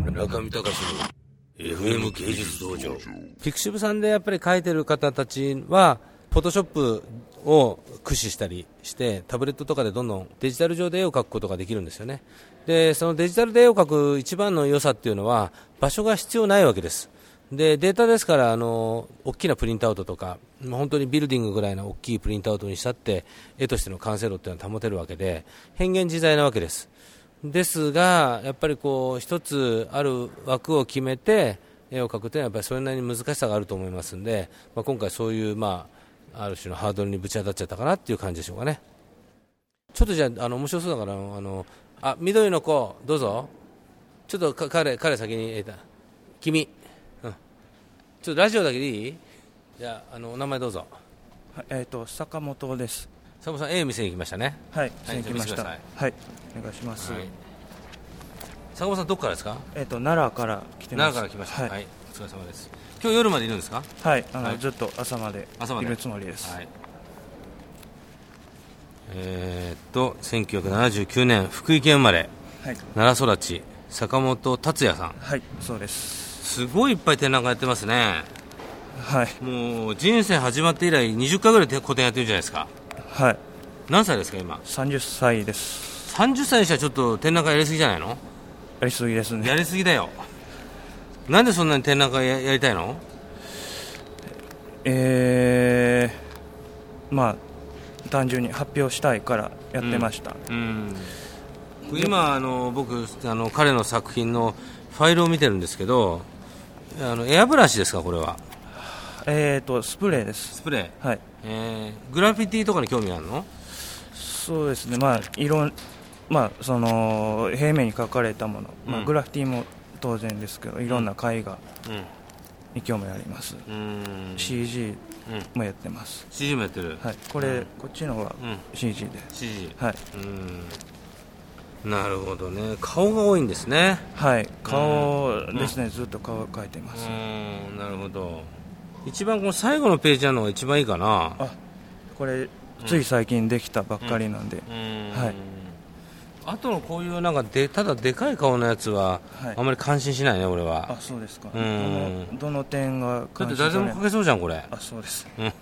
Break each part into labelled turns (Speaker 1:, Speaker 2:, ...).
Speaker 1: 村上隆の FM 芸術道場
Speaker 2: ピクシブさんでやっぱり書いてる方たちは、フォトショップを駆使したりして、タブレットとかでどんどんデジタル上で絵を描くことができるんですよね。で、そのデジタルで絵を描く一番の良さっていうのは、場所が必要ないわけです。で、データですから、あの、大きなプリントアウトとか、もう本当にビルディングぐらいの大きいプリントアウトにしたって、絵としての完成度っていうのは保てるわけで、変幻自在なわけです。ですが、やっぱりこう一つある枠を決めて絵を描くというのはやっぱりそれなりに難しさがあると思いますんで、まあ、今回、そういう、まあ、ある種のハードルにぶち当たっちゃったかなっていう感じでしょうかね。ちょっとじゃあ、あの面白そうだから、あのあ緑の子、どうぞ、ちょっとか彼、彼先に、えーと君、うん、ちょっとラジオだけでいいじゃあ、あのお名前どうぞ、
Speaker 3: はいえっ、と坂本です。
Speaker 2: 佐本さん、絵を見せに来ましたね、
Speaker 3: はい、
Speaker 2: はい
Speaker 3: 行きまし
Speaker 2: じゃ
Speaker 3: た。
Speaker 2: あ
Speaker 3: は
Speaker 2: 見
Speaker 3: い
Speaker 2: せて、
Speaker 3: お願いします。
Speaker 2: 坂本さん、どこからですか、
Speaker 3: えっ、と奈良から来て
Speaker 2: 奈
Speaker 3: ます。
Speaker 2: 良から来ました、
Speaker 3: はい、
Speaker 2: はい、お疲れ様です、今日夜までいるんですか
Speaker 3: はいあの、
Speaker 2: はい
Speaker 3: ずっと朝まで
Speaker 2: 朝まで
Speaker 3: いるつもりです。
Speaker 2: はい、えーっと1979年福井県生まれ
Speaker 3: はい、
Speaker 2: 奈良育ち坂本達也さん
Speaker 3: はい、そうです。
Speaker 2: すごいいっぱい展覧会やってますね
Speaker 3: はい、
Speaker 2: もう人生始まって以来20回ぐらい個展やってるじゃないですか
Speaker 3: はい、
Speaker 2: 何歳ですか今
Speaker 3: 三十歳です。
Speaker 2: 30歳にしてはちょっと展覧会やりすぎじゃないの
Speaker 3: やりすぎです
Speaker 2: や
Speaker 3: ね。
Speaker 2: りすぎだよなんでそんなに展覧会ややりたいの
Speaker 3: えー、まあ単純に発表したいからやってました。
Speaker 2: うん今あの僕あの彼の作品のファイルを見てるんですけどあのエアブラシですかこれは
Speaker 3: えっ、とスプレーで
Speaker 2: ス
Speaker 3: す。
Speaker 2: プレー、
Speaker 3: はい、
Speaker 2: えーグラフィティとかに興味があるの
Speaker 3: そうですね。まあ色まあその平面に書かれたもの、ま
Speaker 2: う
Speaker 3: あ
Speaker 2: ん
Speaker 3: グラフィティも当然ですけど、いろんな絵画
Speaker 2: うん
Speaker 3: に興味あります。
Speaker 2: うーん
Speaker 3: CG
Speaker 2: うん
Speaker 3: もやってます、
Speaker 2: CG もやってる、
Speaker 3: はい、これ、こっちの方が
Speaker 2: うん
Speaker 3: CG で、
Speaker 2: CG
Speaker 3: はい、
Speaker 2: うんなるほどね顔が多いんですね
Speaker 3: はい、顔ですね、ずっと顔を描いてま
Speaker 2: う
Speaker 3: す、
Speaker 2: んなるほど一番この最後のページなのが一番いいかな
Speaker 3: あこれつい最近できたばっかりなんで、
Speaker 2: うん
Speaker 3: はい
Speaker 2: あとのこういうなんかでただでかい顔のやつは
Speaker 3: はい
Speaker 2: あんまり感心しないね俺は
Speaker 3: あそうですか、
Speaker 2: ん
Speaker 3: どのどの点が
Speaker 2: だっ
Speaker 3: 感
Speaker 2: て
Speaker 3: じ
Speaker 2: 誰でも描けそうじゃんこれ
Speaker 3: あそうです
Speaker 2: うん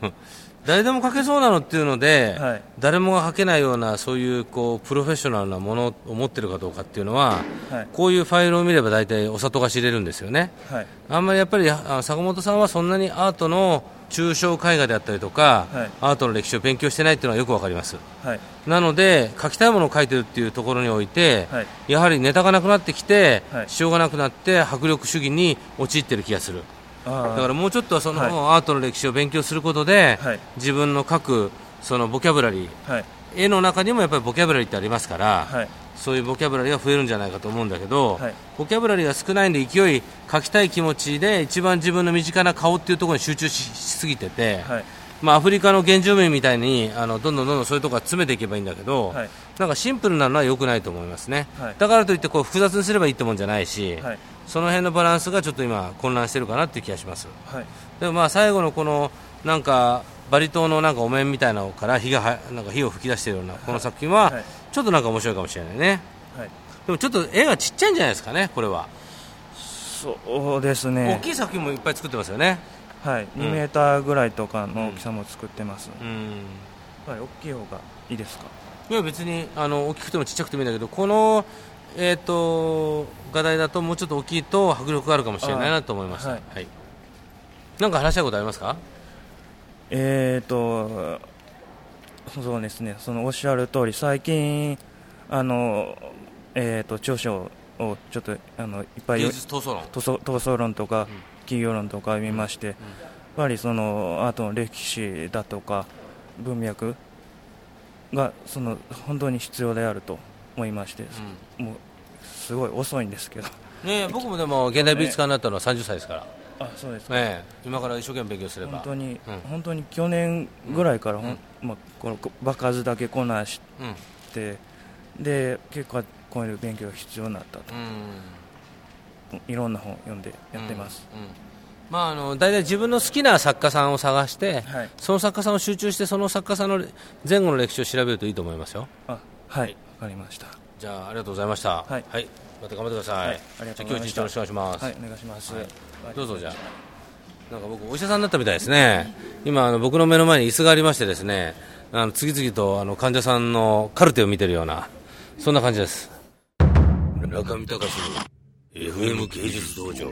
Speaker 2: 誰でも描けそうなのっていうので、
Speaker 3: はい
Speaker 2: 誰もが描けないようなそういうこうプロフェッショナルなものを持ってるかどうかっていうのは、
Speaker 3: はい
Speaker 2: こういうファイルを見れば大体お里が知れるんですよね
Speaker 3: はい
Speaker 2: あんまりやっぱりあ坂本さんはそんなにアートの抽象絵画であったりとか、
Speaker 3: はい
Speaker 2: アートの歴史を勉強してないっていうのはよくわかります
Speaker 3: はい
Speaker 2: なので描きたいものを描いてるっていうところにおいて、
Speaker 3: はい
Speaker 2: やはりネタがなくなってきて、
Speaker 3: はい
Speaker 2: しようがなくなって迫力主義に陥ってる気がする
Speaker 3: あ
Speaker 2: だ
Speaker 3: ー
Speaker 2: からもうちょっとその、
Speaker 3: はい
Speaker 2: アートの歴史を勉強することで、
Speaker 3: はい
Speaker 2: 自分の書くそのボキャブラリー
Speaker 3: はい
Speaker 2: 絵の中にもやっぱりボキャブラリーってありますから、
Speaker 3: はい
Speaker 2: そういうボキャブラリーが増えるんじゃないかと思うんだけど、
Speaker 3: はい
Speaker 2: ボキャブラリーが少ないんで勢い書きたい気持ちで一番自分の身近な顔っていうところに集中ししすぎてて、
Speaker 3: はい
Speaker 2: まあ、アフリカの原住民みたいにあのどんどんどんどんそういうところは詰めていけばいいんだけど、
Speaker 3: はい
Speaker 2: なんかシンプルなのは良くないと思いますね、
Speaker 3: はい
Speaker 2: だからといってこう複雑にすればいいってもんじゃないし、
Speaker 3: はい
Speaker 2: その辺のバランスがちょっと今混乱してるかなっていう気がします。
Speaker 3: はい
Speaker 2: でもまあ最後のこのなんかバリ島のなんかお面みたいなのから火がはなんか火を吹き出しているようなこの作品は
Speaker 3: はい
Speaker 2: ちょっとなんか面白いかもしれないね
Speaker 3: はい
Speaker 2: でもちょっと絵がちっちゃいんじゃないですかねこれは、
Speaker 3: そうです
Speaker 2: 大
Speaker 3: ね
Speaker 2: きい作品もいっぱい作ってますよね
Speaker 3: はい
Speaker 2: ん
Speaker 3: 2メーターぐらいとかの大きさも作ってます、
Speaker 2: う
Speaker 3: やっ
Speaker 2: ん
Speaker 3: ぱり大きい方がいいですか
Speaker 2: いや別にあの大きくてもちっちゃくてもいいんだけどこのえっ、と画題だともうちょっと大きいと迫力があるかもしれないなと思いました、
Speaker 3: あー
Speaker 2: は
Speaker 3: はいい
Speaker 2: なんか話したいことありますか
Speaker 3: えーとそうですねそのおっしゃる通り最近あのえーと著書をちょっとあのいっぱい
Speaker 2: 芸
Speaker 3: よ
Speaker 2: 術闘争論
Speaker 3: 闘争闘争論とか企業論とか見まして、やっぱりそのアートの歴史だとか文脈がその本当に必要であると思いまして、もうすごい遅いんですけど
Speaker 2: ねえ僕もでも現代美術家になったのは30歳ですから、
Speaker 3: あそうですか
Speaker 2: ええ今から一生懸命勉強すれば
Speaker 3: 本当に、
Speaker 2: うん
Speaker 3: 本当に去年ぐらいからほん、まあ、この場数だけこなして
Speaker 2: うん
Speaker 3: ってで結構こういう勉強が必要になったといろんな本読んでやってます、
Speaker 2: うん、まあ、あの大体自分の好きな作家さんを探して、
Speaker 3: はい
Speaker 2: その作家さんを集中してその作家さんの前後の歴史を調べるといいと思いますよ
Speaker 3: あはいわかりました
Speaker 2: じゃあありがとうございました
Speaker 3: はい
Speaker 2: はいまた頑張ってください、
Speaker 3: はいありがとうございました
Speaker 2: じゃあ今日一日よろしくお願いします、
Speaker 3: はいお願いします、
Speaker 2: どうぞじゃあなんか僕お医者さんになったみたいですね今あの僕の目の前に椅子がありましてですねあの次々とあの患者さんのカルテを見てるようなそんな感じです
Speaker 1: 中見隆の FM 芸術道場